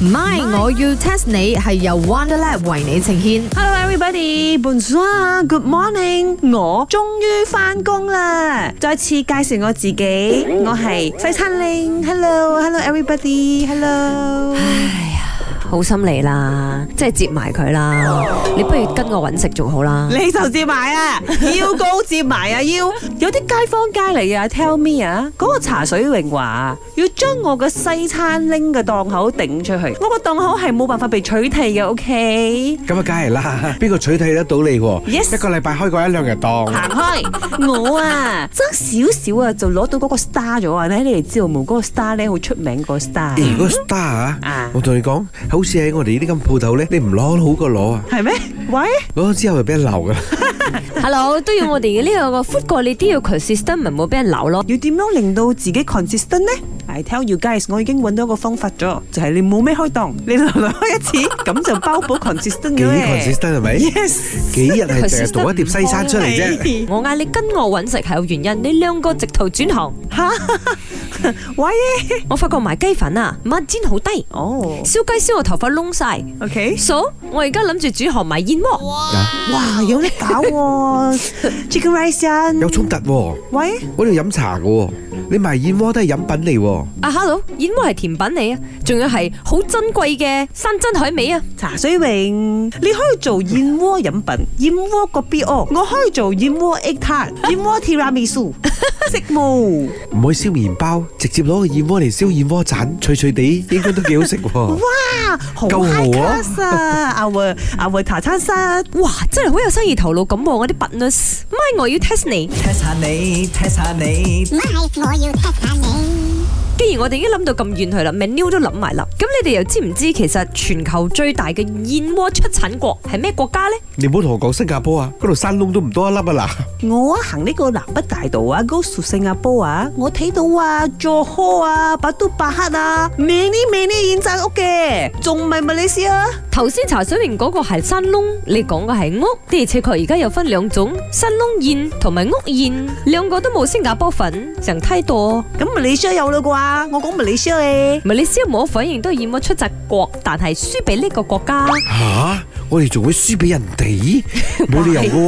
MY，我要 test 你係由 Wonderlab 為你呈獻。 Hello everybody, bonjour, good morning。我終於翻工啦！再次介紹我自己，我係西餐令。Hello, hello everybody, hello。好心你啦，即係接埋佢啦。你不如跟我揾食仲好啦。你就接埋 啊，要高接埋啊，要有啲街坊街嚟啊，tell me 啊，嗰個茶水榮華啊要將我個西餐拎嘅檔口頂出去，我個檔口係冇辦法被取締嘅，OK？咁啊，梗係啦，邊個取替得到你喎 Yes À. 一個禮拜開過一兩日檔，行開，我啊爭少少啊就攞到嗰個 star 咗啊！咧你哋知道冇？嗰、個 star 咧好出名個 star，咦如果 star 啊啊，我同你講，好似喺我哋呢啲咁鋪頭咧，你唔攞好過攞啊，係咩？喂，攞咗之後就俾人鬧噶啦。 Hello，都要我哋呢個個 food 過你都要 consistent，咪唔好俾人鬧咯。要點樣令到自己 consistent 呢 I tell you guys，我已經揾到一個方法咗，就係、你冇咩開檔，你來來開一 次，咁就包保 consistent 幾嘅咧。 consistent 係咪？ Yes。幾日係淨係做一碟西餐出嚟啫？啫。我嗌你跟我揾食係有原因，你兩個直頭轉行。喂，我發覺賣雞粉啊，孖煎好低，哦燒雞燒我頭髮窿晒。 ，OK，嫂，我而家諗住轉行賣燕窩，Dạ, 哇，有得搞 喎，Chicken Rice 啊，有衝突喎，喂，我哋飲茶嘅喎，你賣燕窩都係飲品嚟喎。啊 hello，燕窩係甜品嚟啊，仲要係好珍貴嘅山珍海味啊。茶水榮，你可以做燕窩飲品，燕窩個 B O，我可以做燕窩 egg tart，燕窩 tiramisu，食冇。唔可以燒麵包，直接攞個燕窩嚟燒燕窩盞，脆脆地應該都幾好食喎。哇，好夠 high 豪啊 class 啊！our our 茶餐室，哇，真係好有生意頭腦咁喎，我啲 business。咪我要 test 你。 test 下你，test 下你。 My，我要 test 下你。既然我哋已經諗到咁遠去啦，menu 都諗埋啦，咁你哋又知唔知其實全球最大嘅燕窩出產國係咩國家呢？你唔好同我講新加坡啊，嗰度山窿都唔多一粒啊嗱。我啊行呢個南北大道啊，go to 新加坡啊，我睇到啊，Johor 啊，百都百克啊，many many 燕仔屋嘅，仲唔係咪你試啊？頭先茶水明嗰個係山窿，你講嘅係屋，的而且確而家有分兩種，山窿燕同埋屋燕，兩個都冇新加坡份，成梯多。咁咪你 share 有啦啩？我講咪你 share 咧，唔係你知冇反應都係燕窩出產國，但係輸俾呢個國家。吓！我哋仲會輸俾人哋，冇理由嘅喎。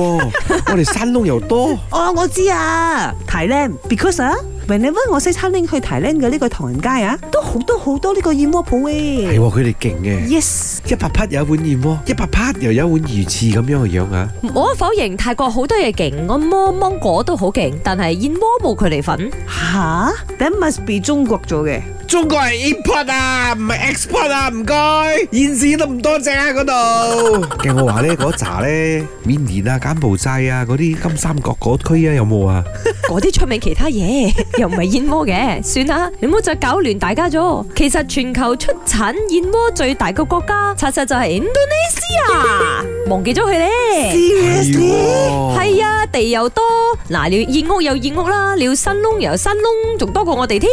我哋山窿又多，哦我知啊，泰蘭，because 啊，whenever 我西餐廳去泰蘭嘅呢個唐人街啊，都好多好多呢個燕窩鋪係嘅喎，佢哋勁 嘅。 ，yes。一百匹有一碗燕窩，一百匹又有一碗魚翅咁樣嘅樣啊！我否認泰國好多嘢勁，我摸芒果都好勁，但係燕窩冇佢哋份。吓，that must be 中國做嘅。中國係 import 啊，唔係 export 啊，唔該。燕子都唔多隻啊，嗰度。 嘅我話咧，嗰扎咧，緬甸啊、柬埔寨啊，嗰啲金三角嗰區啊，有冇啊？嗰啲出名其他嘢， 又唔係燕窩嘅，算啦，你唔好再搞亂大家咗。其實全球出產燕窩最大嘅國家，查實就係 Indonesia，忘記咗佢咧。哎係係啊，地又多，嗱，你要燕屋有燕屋啦，你要新窿又有新窿，仲多過我哋添。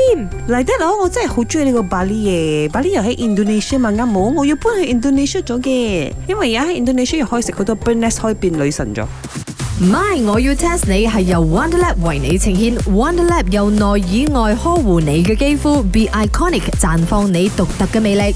嚟得佬，我真係好中意呢個巴黎嘅，巴黎又喺 Indonesia 嘛，啱冇？我要搬去 Indonesia 咗嘅，因為而家喺 Indonesia 又可以食好多 b u r n e s 可以變女神咗。 My，我要 test 你係由 Wonderlab 為你呈獻，Wonderlab 由內以外呵護你嘅肌膚，Be Iconic 綻放你獨特嘅魅力。